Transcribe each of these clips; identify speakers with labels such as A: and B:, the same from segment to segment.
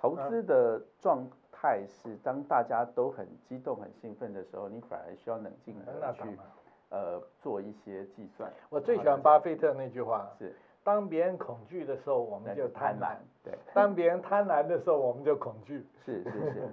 A: 投
B: 嗯
A: 资的状态是，当大家都很激动、很兴奋的时候，你反而需要冷静
B: 嗯那
A: 的
B: 当
A: 去
B: 然，
A: 呃做一些计算。
B: 我最喜欢巴菲特那句话：
A: 是，
B: 当别人恐惧的时候，我们
A: 那
B: 就贪婪；，
A: 对，
B: 当别人贪婪的时候，我们就恐惧。
A: 是是 是。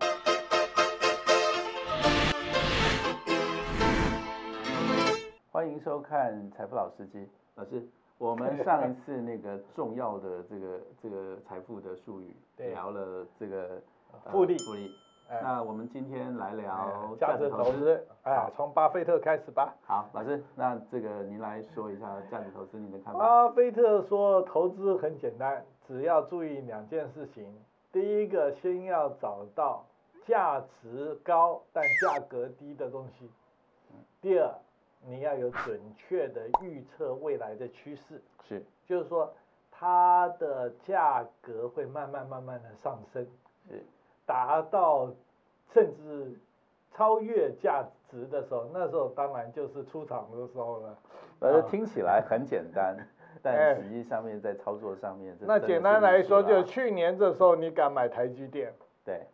A: 欢迎收看财富老司机，老师，我们上一次那个重要的这个 这个财富的术语，
B: 对
A: 聊了这个呃
B: 复利
A: 复利。
B: 哎
A: 那我们今天来聊
B: 价
A: 价值
B: 值投
A: 投资。
B: 资，哎，从巴菲特开始吧。
A: 好，老师，那这个您来说一下价值投资您的看法。
B: 巴菲特说，投资很简单，只要注意两件事情。第一个，先要找到价值高但价格低的东西；第二，你要有准确的预测未来的趋势，
A: 是，
B: 就是说它的价格会慢慢慢慢的上升，
A: 是
B: 达到甚至超越价值的时候，那时候当然就是出场的时候了。
A: 老
B: 啊
A: 师听起来很简单，
B: 哎
A: 但实际上面在操作上面，这
B: 那
A: 真的
B: 简
A: 是
B: 单来
A: 艺术
B: 说，
A: 啦
B: 就是去年这时候你敢买台积电，
A: 对，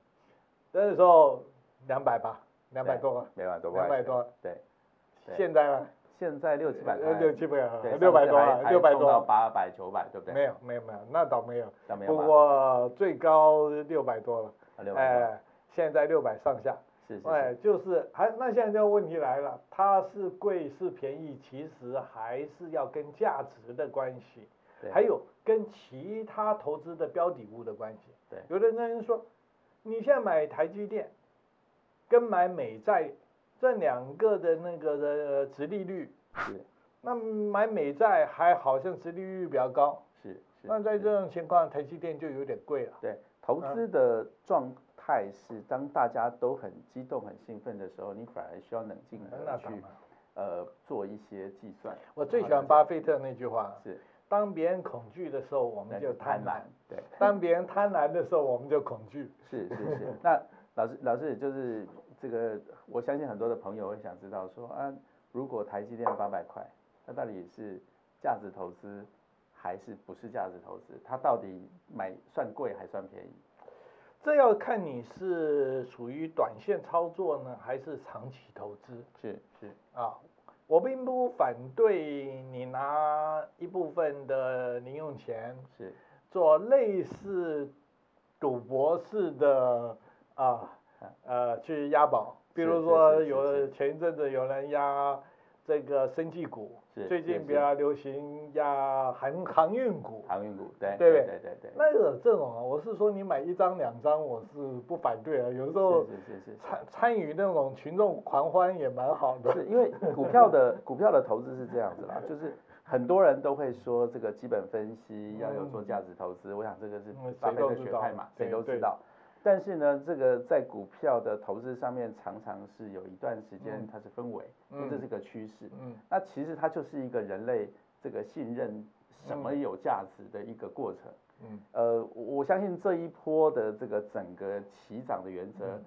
B: 那时候两百吧，两百
A: 对
B: 多吧，
A: 两百多块，
B: 两百，多。
A: 对。对
B: 现在呢？
A: 现在六七百块，
B: 呃六七百
A: 对，
B: 啊，六百多啊，六百多
A: 到
B: 啊。
A: 八百九百，对不对？
B: 没有没有没有，那倒没有。
A: 倒没有
B: 不
A: 吧，啊
B: 过最高六百多了，
A: 六百多，
B: 哎，现在六百上下。
A: 是是
B: 哎
A: 是，，
B: 就是还那现在就问题来了，它是贵是便宜，其实还是要跟价值的关系，
A: 对
B: 还有跟其他投资的标的物的关系。
A: 对
B: 有的人说，你现在买台积电，跟买美债这两个的那个的殖利率，
A: 是
B: 那买美债还好像殖利率比较高，
A: 是是。
B: 那在
A: 是
B: 这种情况，台积电就有点贵了。
A: 对，投资的状态是，当大家都很激动、很兴奋的时候，你反而需要冷静
B: 那
A: 的
B: 当然
A: 去，呃做一些计算。
B: 我最喜欢巴菲特那句话：
A: 是，
B: 当别人恐惧的时候，我们
A: 那
B: 就
A: 就贪
B: 贪婪
A: 婪；，对，
B: 当别人贪婪的时候，我们就恐惧。
A: 是是是。那老师老师就是这个，我相信很多的朋友会想知道说啊，如果台积电八百块，那到底是价值投资还是不是价值投资？它到底买算贵还算便宜？
B: 这要看你是属于短线操作呢，还是长期投资
A: 是是
B: 啊。我并不反对你拿一部分的零用钱
A: 是，
B: 做类似赌博式的啊呃去押宝，比
A: 是
B: 如
A: 是
B: 说
A: 是是
B: 有
A: 是
B: 前一阵子有人押这个生技股，
A: 是
B: 最
A: 是
B: 近比
A: 是啊
B: 较流行押航航运股。
A: 航运股，对
B: 对
A: 对
B: 不
A: 对对对，
B: 那个这种啊，我是说你买一张两张，我是不反对啊。有时候
A: 是是是是。
B: 参参与那种群众狂欢也蛮好的。
A: 是因为股票的股票的投资是这样子啦，就是很多人都会说这个基本分析要有做价值投资，我想这个是
B: 嗯
A: 巴
B: 谁
A: 菲
B: 都
A: 特
B: 知
A: 学
B: 道
A: 派嘛，
B: 对
A: 谁都
B: 对
A: 知道。但是呢，这个在股票的投资上面，常常是有一段时间
B: 嗯
A: 它是氛围，因为
B: 嗯
A: 这是个趋势。
B: 嗯，
A: 那其实它就是一个人类这个信任什么有价值的一个过程。
B: 嗯，
A: 呃，我我相信这一波的这个整个起涨的原则，
B: 嗯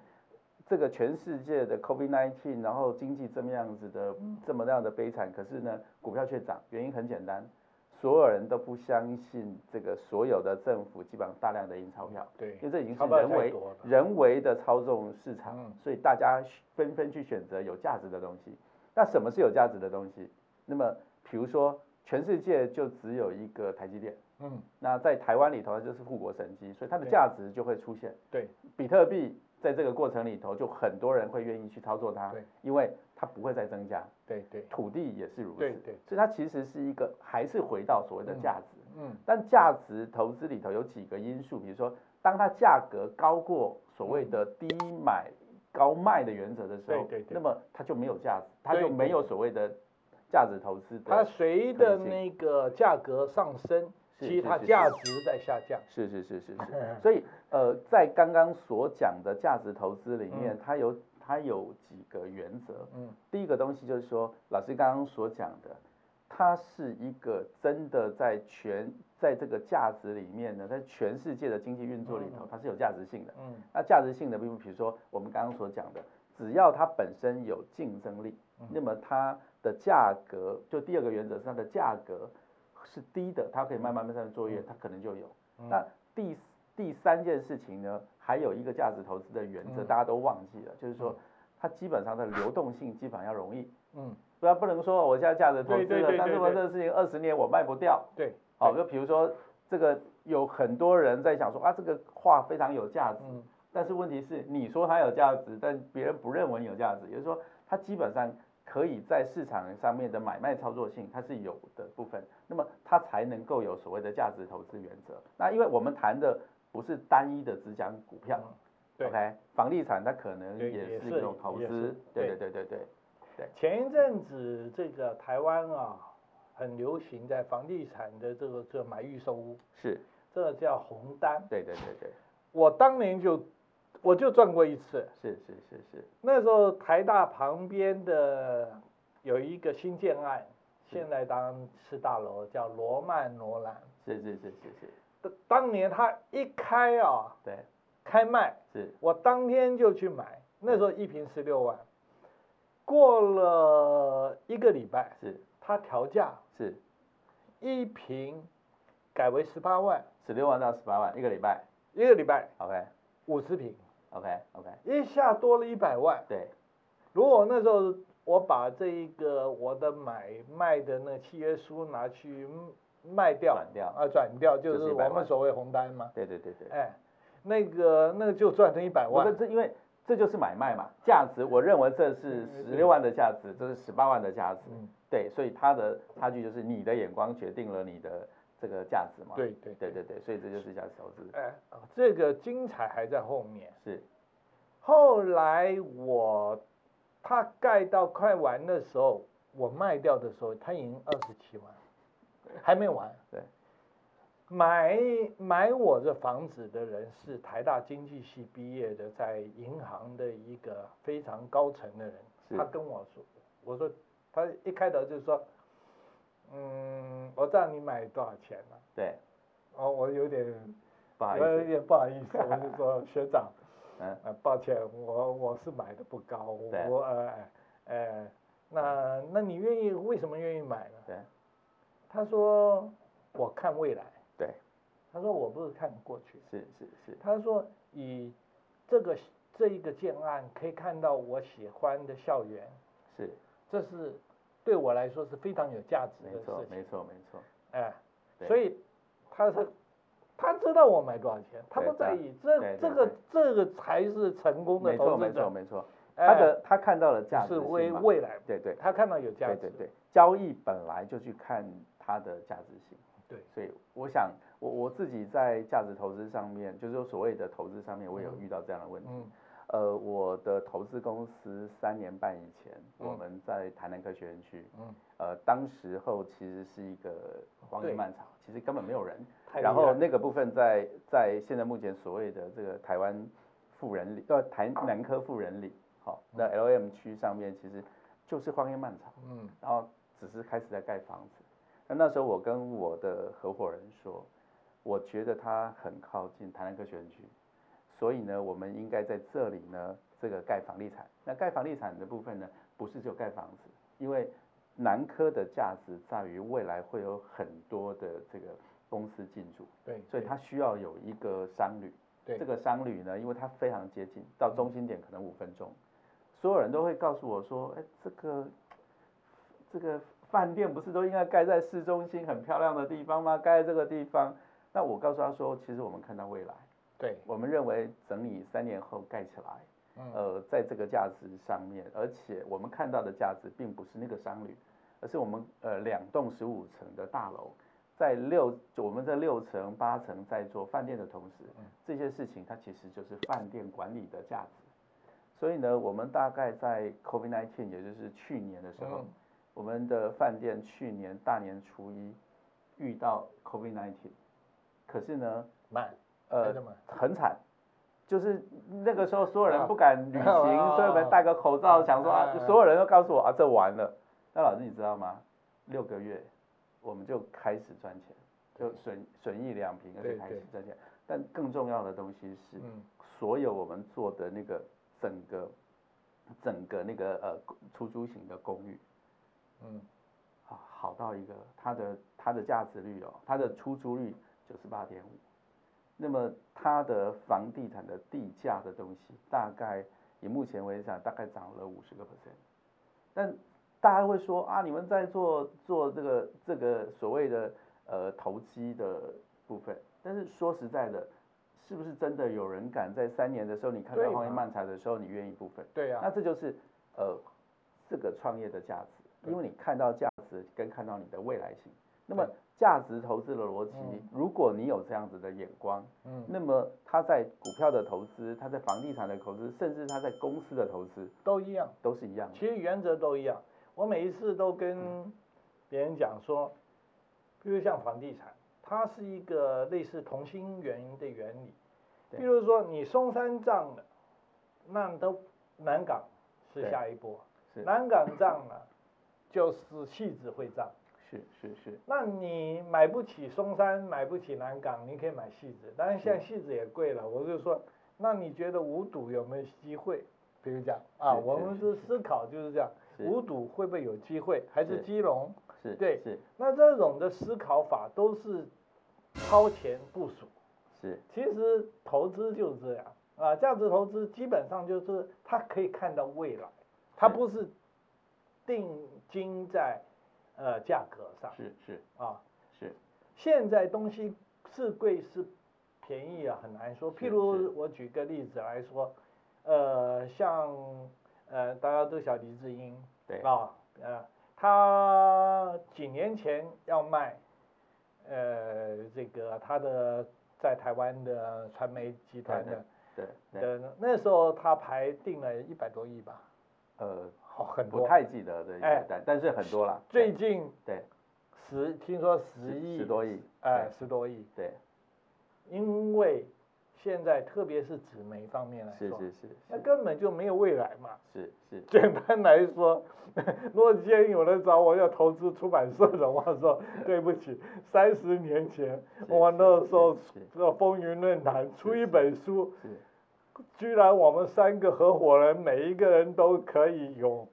A: 这个全世界的 COVID-19，然后经济这么样子的、
B: 嗯
A: 这么样的悲惨，可是呢，股票却涨，原因很简单，所有人都不相信这个所有的政府基本上大量的印钞票，
B: 对
A: 因，为这已经是
B: 钞票
A: 人
B: 太
A: 为
B: 多了
A: 人为的操纵市场
B: 嗯，
A: 所以大家纷纷去选择有价值的东西。那什么是有价值的东西？那么比如说，全世界就只有一个台积电。
B: 嗯，
A: 那在台湾里头，它就是护国神机，所以它的
B: 对
A: 价值就会出现。
B: 对，
A: 比特币在这个过程里头，就很多人会愿意去操作它
B: 对，
A: 因为它不会再增加。
B: 对对，
A: 土地也是如此，
B: 对对
A: 所以它其实是一个还是回到所谓的价值。
B: 嗯
A: 但价值投资里头有几个因素，比如说，当它价格高过所谓的低买高卖的原则的时候，
B: 对对对
A: 那么它就没有价值，它
B: 对
A: 就没有所谓的价值投资的。
B: 它随
A: 可
B: 着
A: 能性
B: 那个价格上升，
A: 是
B: 其
A: 是
B: 实它
A: 是
B: 价
A: 是
B: 值在下降。
A: 是是是是是，所以呃，在刚刚所讲的价值投资里面，它有它有几个原则。
B: 嗯，
A: 第一个东西就是说，老师刚刚所讲的，它是一个真的在全在这个价值里面呢，在全世界的经济运作里头，它是有价值性的。
B: 嗯
A: 那价值性的，比如比如说我们刚刚所讲的，只要它本身有竞争力，
B: 嗯
A: 那么它的价格，就第二个原则是它的
B: 嗯
A: 价格是低的，它可以慢慢慢慢地作业，它可能就有。那第第三件事情呢，还有一个价值投资的原则，
B: 嗯
A: 大家都忘记了，就是说
B: 嗯
A: 它基本上的流动性基本上要容易，
B: 嗯，
A: 不然不能说哦我现在价值投资
B: 对对
A: 了
B: 对，
A: 但是
B: 对
A: 我
B: 对
A: 这个事情二十年我卖不掉，
B: 对，
A: 好，就比如说这个有很多人在想说啊，这个画非常有价值，
B: 嗯
A: 但是问题是你说它有价值，但别人不认为你有价值，也就是说它基本上可以在市场上面的买卖操作性它是有的部分，那么它才能够有所谓的价值投资原则。那因为我们谈的不是单一的只讲股票、
B: 嗯对
A: o k 房地产它可能
B: 对
A: 也
B: 也
A: 是一
B: 是
A: 种投
B: 也
A: 资
B: 是，
A: 对对
B: 对
A: 对对对，
B: 前一阵子这个台湾啊，很流行在房地产的这个这买预售屋，
A: 是，
B: 这个叫红单。
A: 对对对对，
B: 我当年就我就赚过一次，
A: 是是是是，
B: 那时候台大旁边的有一个新建案，现在当然是大楼，叫罗曼罗兰。
A: 是是是是是，
B: 当当年他一开啊，
A: 对，
B: 开卖，
A: 是
B: 我当天就去买，那时
A: 嗯
B: 候一瓶十六万。过了一个礼拜，
A: 是
B: 他调价，
A: 是。
B: 一瓶改为十八万，
A: 十六万到十八万一个礼拜
B: 一个礼拜
A: ，OK
B: 五十瓶，
A: OK OK，
B: 一下多了一百万。
A: 对，
B: 如果那时候我把这一个我的买卖的那个契约书拿去卖掉，
A: 转掉
B: 啊，转掉
A: 就
B: 就
A: 是
B: 是
A: 100万
B: 我们所谓红单嘛，
A: 对对对对，
B: 哎，那个那个就赚成一百
A: 我
B: 万
A: 说，这因为这就是买卖嘛，价值我认为这是十
B: 嗯对
A: 六万的价值，这是十八万的价值，
B: 嗯，
A: 对，所以它的差距就是你的眼光决定了你的这个价值嘛，
B: 对对
A: 对对对，所以这就是价值投资，
B: 哎，这个精彩还在后面。
A: 是
B: 后来我他盖到快完的时候，我卖掉的时候，他已经二十七万，还没完。
A: 对，
B: 买买我这房子的人是台大经济系毕业的，在银行的一个非常高层的人。
A: 是
B: 他跟我说，我说他一开头就说，嗯，我知道你买多少钱了、
A: 对，
B: 哦，我有点
A: 不好意
B: 我有
A: 思，
B: 点不好意思，我就说 学长，
A: 嗯
B: 呃，抱歉，我我是买的不高，我
A: 对
B: 我呃呃，那那你愿意为什么愿意买呢？
A: 对
B: 他说我看未来，
A: 对，
B: 他说我不是看过去，
A: 是是是，
B: 他说以这个这一个建案可以看到我喜欢的校园，
A: 是
B: 这是对我来说是非常有价值
A: 没
B: 的
A: 错
B: 事情，
A: 没错没错，
B: 哎、
A: 对
B: 所以他是他知道我买多少钱，他
A: 对
B: 不在
A: 对
B: 意，这
A: 对对
B: 这个
A: 对
B: 这个才是成功的
A: 没错
B: 投
A: 没
B: 资
A: 错
B: 者，
A: 没错，
B: 哎
A: 他的他看到了价值
B: 是为
A: 性嘛，
B: 未来，
A: 对对。
B: 他看到有价
A: 对
B: 值
A: 对，对，交易本来就去看它的价值性。
B: 对，
A: 所以我想，我我自己在价值投资上面，就是说所谓的投资上面，我有
B: 嗯
A: 遇到这样的问题。
B: 嗯
A: 呃，我的投资公司三年半以前，我
B: 嗯
A: 们在台南科学园区，
B: 嗯，
A: 呃，当时候其实是一个荒野
B: 对
A: 漫草，其实根本没有人。
B: 太厉
A: 然后
B: 害
A: 那个部分在在现在目前所谓的这个台湾富人里，呃，台南科富人里，好、那 L M 区上面其实就是荒野漫草。
B: 嗯
A: 然后只是开始在盖房子。那那时候我跟我的合伙人说，我觉得它很靠近台南科学园区，所以呢，我们应该在这里呢，这个盖房地产。那盖房地产的部分呢，不是只有盖房子，因为南科的价值在于未来会有很多的这个公司进驻，
B: 对，
A: 所以它需要有一个商旅。
B: 对
A: 这个商旅呢，因为它非常接近，到中心点可能五分钟，所有人都会告诉我说，哎，这个这个饭店不是都应该盖在市中心很漂亮的地方吗？盖在这个地方，那我告诉他说，其实我们看到未来，
B: 对，
A: 我们认为整理三年后盖起来，
B: 嗯
A: 呃，在这个价值上面，而且我们看到的价值并不是那个商旅，而是我们呃两栋十五层的大楼，在六我们这六层八层在做饭店的同时，
B: 嗯
A: 这些事情它其实就是饭店管理的价值。所以呢，我们大概在 COVID-19，也就是去年的时候，
B: 嗯
A: 我们的饭店去年大年初一遇到 COVID-19，可是呢，
B: 买，
A: 呃
B: 真的，吗？
A: 很惨，就是那个时候所有人
B: 啊
A: 不敢 旅行，
B: 啊
A: 所有人戴个口罩，
B: 啊
A: 想说啊
B: 啊，啊
A: 所有人都告诉我啊，这完了。那老师你知道吗？六个月我们就开始赚钱，就损损益两平，而且
B: 对
A: 开
B: 对
A: 始赚钱。但更重要的东西是，
B: 嗯
A: 所有我们做的那个整个整个那个呃出租型的公寓
B: 嗯，
A: 啊，好到一个它的它的价值率哦，它的出租率九十八点五，那么它的房地产的地价的东西，大概以目前为止啊，大概涨了五十个 percent。但大家会说啊，你们在做做这个这个所谓的呃投机的部分，但是说实在的，是不是真的有人敢在三年的时候，你看到
B: 对
A: 荒野
B: 嘛
A: 漫财的时候，你愿意部分？
B: 对啊呀、
A: 那这就是呃这个创业的价值，
B: 对
A: 因为你看到价值跟看到你的未来性。那
B: 对
A: 么价值投资的逻辑
B: 嗯，
A: 如果你有这样子的眼光，
B: 嗯，
A: 那么他在股票的投资，他在房地产的投资，甚至他在公司的投资
B: 都一样，
A: 都是一样的。嗯
B: 其实原则都一样。我每一次都跟别人讲说，比如像房地产，它是一个类似同心圆的原理。
A: 对
B: 比如说你松山涨了，那都南港是
A: 对
B: 下一波，
A: 是
B: 南港涨了，就是戏子会涨。
A: 是是是，
B: 那你买不起松山，买不起南港，你可以买戏子，但是现在戏子也贵了。我就说，那你觉得五赌有没有机会？比如讲啊，
A: 是
B: 我
A: 是
B: 们
A: 是
B: 是思考就是这样，
A: 是
B: 五赌会不会有机会？还是
A: 是
B: 基隆？
A: 是
B: 对
A: 是
B: 那这种的思考法都是超前部署。
A: 是
B: 其实投资就是这样啊，价值投资基本上就是它可以看到未来，它
A: 是
B: 不是定睛在呃价格上
A: 是是
B: 啊。
A: 是
B: 现在东西是贵是便宜啊，很难说。
A: 是
B: 譬
A: 是
B: 如我举个例子来说，呃，像呃大家都晓得黎智英，
A: 对
B: 啊，呃，他几年前要卖，呃，这个他的在台湾的传媒集团的，
A: 对对，
B: 的那时候他排定了一百多亿吧，
A: 呃，
B: 好很
A: 不
B: 多。
A: 太记得的，
B: 哎
A: 但但是很多啦，
B: 最近
A: 对
B: 十听说十亿，
A: 十多亿，
B: 哎，十多亿。
A: 对，
B: 因为现在特别是纸媒方面来
A: 是
B: 说，
A: 是是
B: 那根本就没有未来嘛。
A: 是是
B: 简单来说， 如果今天有人找我要投资出版社的话，说 对不起，三十年前
A: 是
B: 我那时候
A: 是是
B: 这个风云论坛出一本书，
A: 是
B: 居然我们三个合伙人每一个人都可以有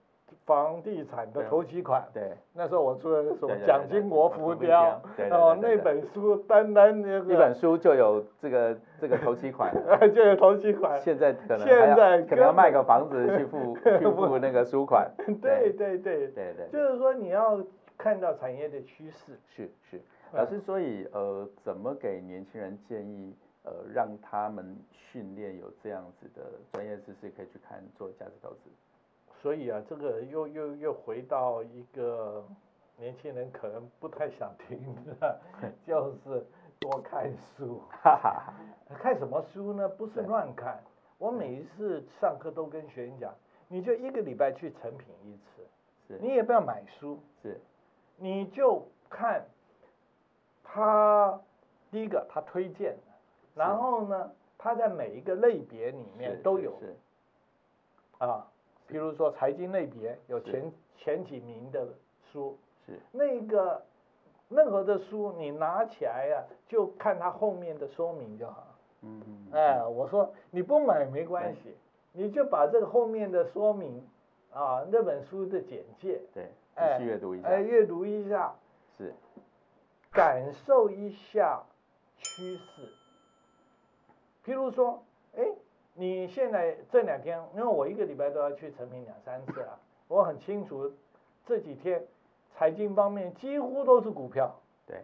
B: 房地产的
A: 对
B: 头期款
A: 是，。对，
B: 那时候我出的是什么
A: 对对对
B: 蒋经国浮雕
A: 对对对，对
B: 哦，
A: 对对
B: 那本书单单那个
A: 一本书就有这个这个头期款了，
B: 就有头期款，
A: 现在可能还
B: 现
A: 要
B: 在
A: 可
B: 根
A: 能要
B: 本
A: 卖个房子去 付去付那个书款，
B: 对对对，
A: 对对
B: 就是说你要看到产业的趋势。
A: 是是，
B: 嗯
A: 老师，所以呃，怎么给年轻人建议，呃，让他们训练有这样子的专业知识，可以去看做价值投资？
B: 所以啊，这个又又又回到一个年轻人可能不太想听 的，就是多看书。
A: 哈哈哈，
B: 看什么书呢？不是
A: 对
B: 乱看。我每一次上课都跟学员讲，你就一个礼拜去成品一次，
A: 是
B: 你也不要买书，
A: 是
B: 你就看他第一个他推荐的，然后呢，他在每一个类别里面
A: 是
B: 都
A: 是
B: 有
A: 是
B: 啊，比如说财经类别有
A: 是
B: 前前几名的书，
A: 是
B: 那个任何的书你拿起来呀、就看它后面的说明就好了。
A: 嗯嗯，嗯嗯
B: 哎，我说你不买没关系，你就把这个后面的说明啊，那本书的简介，
A: 对，仔
B: 哎，
A: 细阅读一下，
B: 哎，阅读一下，
A: 是
B: 感受一下趋势。譬如说，哎，你现在这两天，因为我一个礼拜都要去成品两三次啊，我很清楚这几天财经方面几乎都是股票，
A: 对，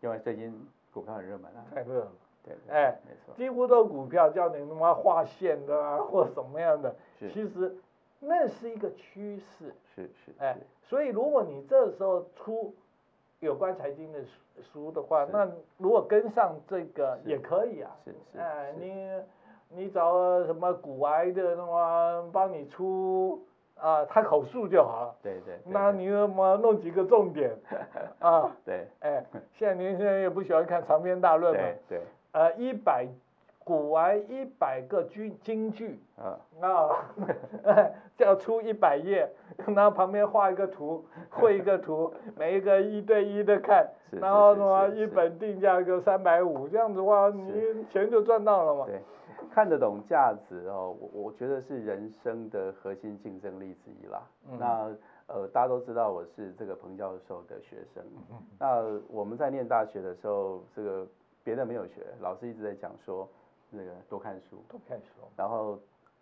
A: 因为最近股票很热门啊，
B: 太热了，
A: 对，对
B: 哎，
A: 没错，
B: 几乎都是股票，叫你他妈画线的啊，或什么样的，
A: 是
B: 其实那是一个趋势，
A: 是是
B: 哎
A: 是，
B: 所以如果你这时候出有关财经的书书的话，
A: 是
B: 那如果跟上这个
A: 是
B: 也可以啊，
A: 是是
B: 哎，
A: 是
B: 你你找什么股癌的那么帮你出啊，他口述就好了，
A: 对对，对
B: 那
A: 对
B: 你怎么弄几个重 点啊？
A: 对
B: 哎，现在年轻人也不喜欢看长篇大论嘛，
A: 对对，
B: 呃，一百古玩一百个军京剧
A: 啊，
B: 啊，要出一百页，然后旁边画一个图，绘一个 图，每一个一对一的看，
A: 是
B: 然后
A: 是
B: 什么
A: 是
B: 一
A: 是
B: 本定价个三百五，这样子的话，你钱就赚到了嘛。
A: 对，看得懂价值哦，我我觉得是人生的核心竞争力之一啦。
B: 嗯
A: 那呃，大家都知道我
B: 嗯
A: 是这个彭教授的学生。那我们在念大学的时候，这个别的没有学，老师一直在讲说那个多看书，
B: 都看书，
A: 哦然后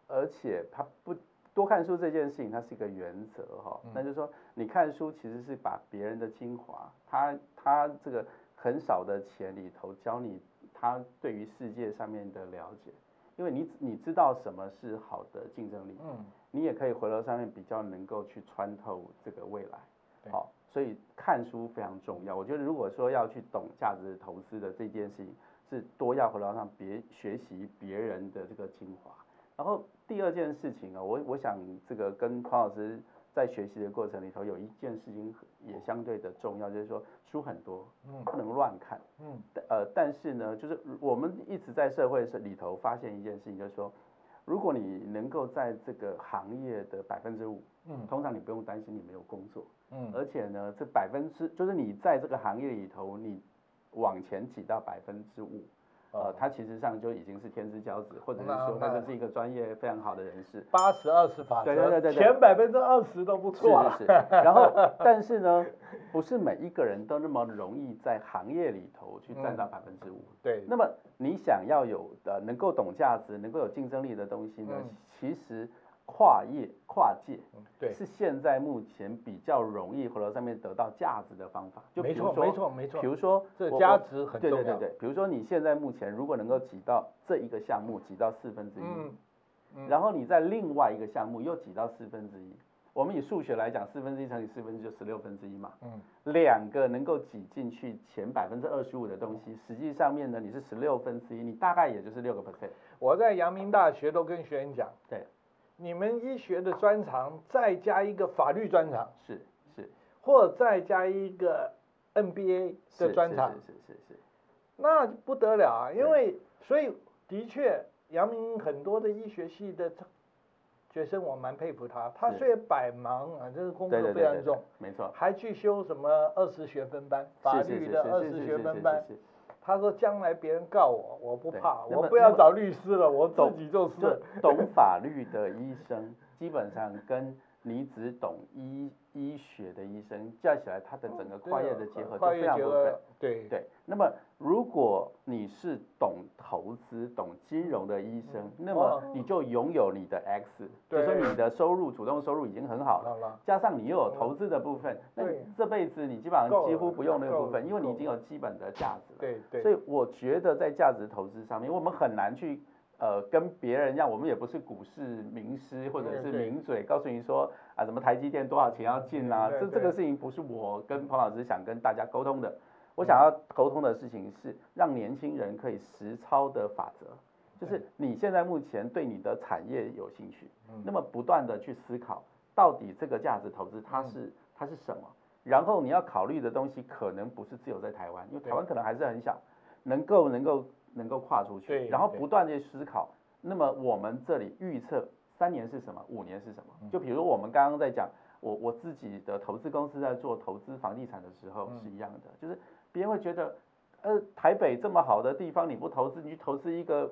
A: 而且他不多看书这件事情，它是一个原则哈、那就是说你看书其实是把别人的精华，他他这个很少的钱里头教你他对于世界上面的了解，因为你你知道什么是好的竞争力，
B: 嗯，
A: 你也可以回头上面比较能够去穿透这个未来。
B: 对
A: 好，所以看书非常重要。我觉得如果说要去懂价值投资的这件事情，是多要回头上别学习别人的这个精华。然后第二件事情啊，我我想这个跟黄老师在学习的过程里头，有一件事情也相对的重要，就是说书很多，
B: 嗯
A: 不能乱看。
B: 嗯，
A: 但呃，但是呢，就是我们一直在社会里头发现一件事情，就是说，如果你能够在这个行业的百分之五，
B: 嗯
A: 通常你不用担心你没有工作，
B: 嗯，
A: 而且呢，这百分之就是你在这个行业里头，你往前挤到百分之五，
B: 啊
A: 呃，它其实上就已经是天之骄子，或者是
B: 哦那
A: 说他
B: 那
A: 就是一个专业非常好的人 士。
B: 八十二十法
A: 对
B: 则，
A: 对对对对
B: 前百分之二十都不
A: 是
B: 错啊
A: 是是，然后但是呢，不是每一个人都那么容易在行业里头去占
B: 嗯
A: 到百分之五，
B: 对，
A: 那么你想要有呃能够懂价值、能够有竞争力的东西呢，
B: 嗯
A: 其实跨业跨界
B: 嗯对，
A: 是现在目前比较容易回头上面得到价值的方法。就比
B: 没
A: 如
B: 错
A: 说
B: 没，错没错
A: 比，如说
B: 这
A: 我
B: 价
A: 我
B: 值很
A: 对
B: 重
A: 对
B: 要，
A: 对对，比如说你现在目前如果能够挤到这一个项目挤到四分之一，
B: 嗯嗯
A: 然后你在另外一个项目又挤到四分之一，我们以数学来讲，四分之一乘以四分之一就十六分之一嘛，
B: 嗯
A: 两个能够挤进去前百分之二十五的东西，实际上面呢，你是十六分之一，你大概也就是六个 percent。
B: 我在阳明大学都跟学员讲，
A: 对，
B: 你们医学的专长再加一个法律专长，
A: 是是
B: 或再加一个 NBA
A: 是
B: 的专长，
A: 是是是是
B: 那不得了啊！因
A: 对
B: 为所以的确，阳明很多的医学系的学生，我蛮佩服他。他
A: 是
B: 虽然百忙啊，这个工
A: 是，对
B: 作
A: 对
B: 非
A: 对
B: 常
A: 对对
B: 重，，
A: 没错。
B: 还去修什么二十学分班，法
A: 是是
B: 律
A: 是
B: 的
A: 是
B: 二
A: 是
B: 十
A: 是
B: 学
A: 是
B: 分
A: 是
B: 班。
A: 是
B: 他说将来别人告我，我不
A: 对
B: 怕，
A: 那
B: 我
A: 么
B: 不
A: 那
B: 要
A: 么
B: 找律师了，我
A: 懂
B: 自己就。
A: 就是懂法律的医生，基本上跟你只懂医医学的医生叫起来，他的整个跨业的结合就
B: 哦跨
A: 非
B: 越
A: 常
B: 结
A: 不
B: 合
A: 分。，
B: 对
A: 对，那么如果你是懂投资、懂金融的医生，那么
B: 哦
A: 你就拥有你的 X，就
B: 对
A: 说你的收入、主动收入已经很好了。
B: 好了，
A: 加上你又有投资的部分，那你
B: 对
A: 这辈子你基本上
B: 够
A: 几
B: 了
A: 乎不用那个
B: 够
A: 部分，
B: 了
A: 因为你
B: 够
A: 已经有基本的价值了。
B: 对对。
A: 所以我觉得在价值投资上面，我们很难去呃跟别人一样，我们也不是股市名师或者
B: 嗯
A: 是
B: 对
A: 名嘴，告诉你说啊什么台积电多少钱要进啊，
B: 嗯对
A: 这
B: 对
A: 这个事情不是我跟彭老师想跟大家沟通的。我想要沟通的事情是让年轻人可以实操的法则，
B: 嗯
A: 就是你现在目前对你的产业有兴趣，那么不断的去思考，到底这个价值投资它
B: 嗯
A: 是它是什么？然后你要考虑的东西可能不是只有在台湾，因为台湾可能还是很小，能够能够能够跨出去，
B: 对
A: 然后
B: 对
A: 不断的思考。那么我们这里预测三年是什么，五年是什
B: 嗯
A: 么？就比如我们刚刚在讲，我我自己的投资公司在做投资房地产的时
B: 嗯
A: 候是一样的，就是别人会觉得，呃，台北这么好的地方你不投资，你去投资一个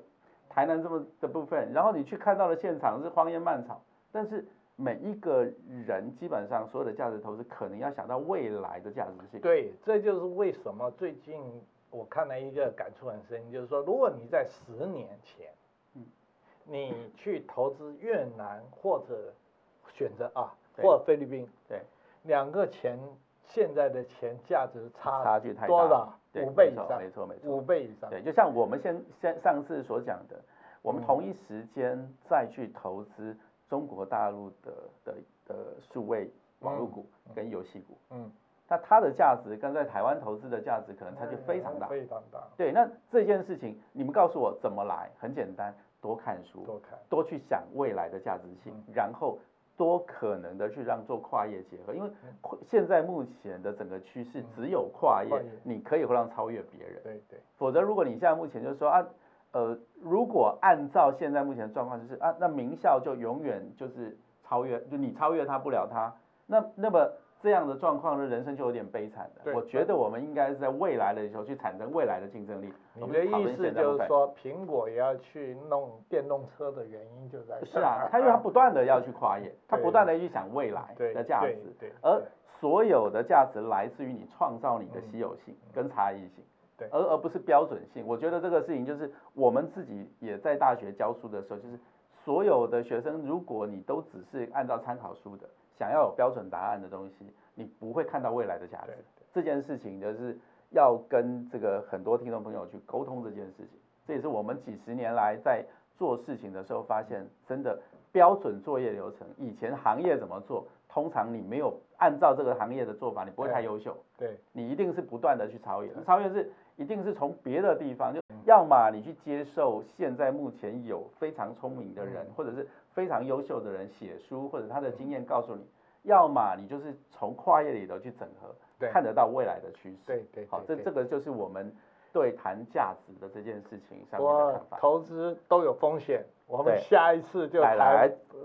A: 台南这么的部分，然后你去看到的现场是荒烟蔓草，但是每一个人基本上所有的价值投资，可能要想到未来的价值性。
B: 对，这就是为什么最近我看了一个感触很深，就是说，如果你在十年前，
A: 嗯
B: 你去投资越南或者选择啊，
A: 对
B: 或菲律宾，
A: 对，
B: 两个钱现在的钱价值差
A: 差距太大
B: 多少？
A: 对
B: 五倍
A: 没
B: 以
A: 错
B: 上，
A: 没错没错
B: 五倍以上。嗯
A: 对，就像我们先先上次所讲的，我们同一时间再去投资中国大陆的的的数位网络股跟游戏股，
B: 嗯，
A: 那它的价值跟在台湾投资的价值可能差距非常大。
B: 嗯非常大。
A: 对，那这件事情你们告诉我怎么来？很简单，多看书，
B: 多看，
A: 多去想未来的价值性，
B: 嗯
A: 然后多可能的去让做跨业结合，因为
B: 嗯
A: 跨现在目前的整个趋势只有跨业
B: 跨业，
A: 你可以会让超越别人。
B: 对对，
A: 否则，如果你现在目前就说啊，呃，如果按照现在目前的状况，就是啊，那名校就永远就是超越，就你超越他不了他，那那么这样的状况的人生就有点悲惨的。
B: 对
A: 我觉得我们应该是在未来的时候去产生未来的竞争力。我
B: 你
A: 们
B: 的
A: 讨
B: 意
A: 论
B: 思
A: 现在
B: 就
A: 部
B: 是
A: 分
B: 说，苹果也要去弄电动车的原因就在
A: 是啊， 他因为他不断的要去跨越，他不断的去想未来
B: 对
A: 的价
B: 对
A: 值
B: 对对，
A: 而所有的价值来自于你创造你的稀有性跟差异性。
B: 对
A: 而而不是标准性。我觉得这个事情就是我们自己也在大学教书的时候，就是所有的学生，如果你都只是按照参考书的，想要有标准答案的东西，你不会看到未来的价值
B: 对。
A: 这件事情就是要跟这个很多听众朋友去沟通这件事情，这也是我们几十年来在做事情的时候发现，真的标准作业流程，以前行业怎么做，通常你没有按照这个行业的做法，你不会太优秀，
B: 对
A: 你一定是不断的去超越，超越是一定是从别的地方，就要么你去接受现在目前有非常聪明的人，或者是非常优秀的人写书，或者他的经验告诉你，要么你就是从跨业里头去整合。
B: 对
A: 看得到未来的趋势。
B: 对对，
A: 好，这
B: 对对
A: 这个就是我们对谈价值的这件事情上面的
B: 我
A: 看法。
B: 投资都有风险，我们
A: 对
B: 下一次就
A: 来
B: 谈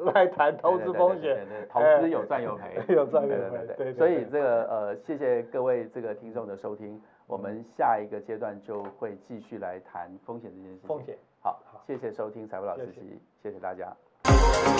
A: 来
B: 来谈投
A: 对
B: 资
A: 对对
B: 风险，。
A: 对对对投资有赚有赔
B: 有赚有
A: 对
B: 赔，对对，
A: 所以
B: 对
A: 这个呃，谢谢各位这个听众的收听，我们下一个阶段就会继续来谈风险这件事情。
B: 风险。
A: 好
B: 好，
A: 谢谢收听财富老
B: 谢
A: 司
B: 谢
A: 机，谢谢大家。
B: 谢谢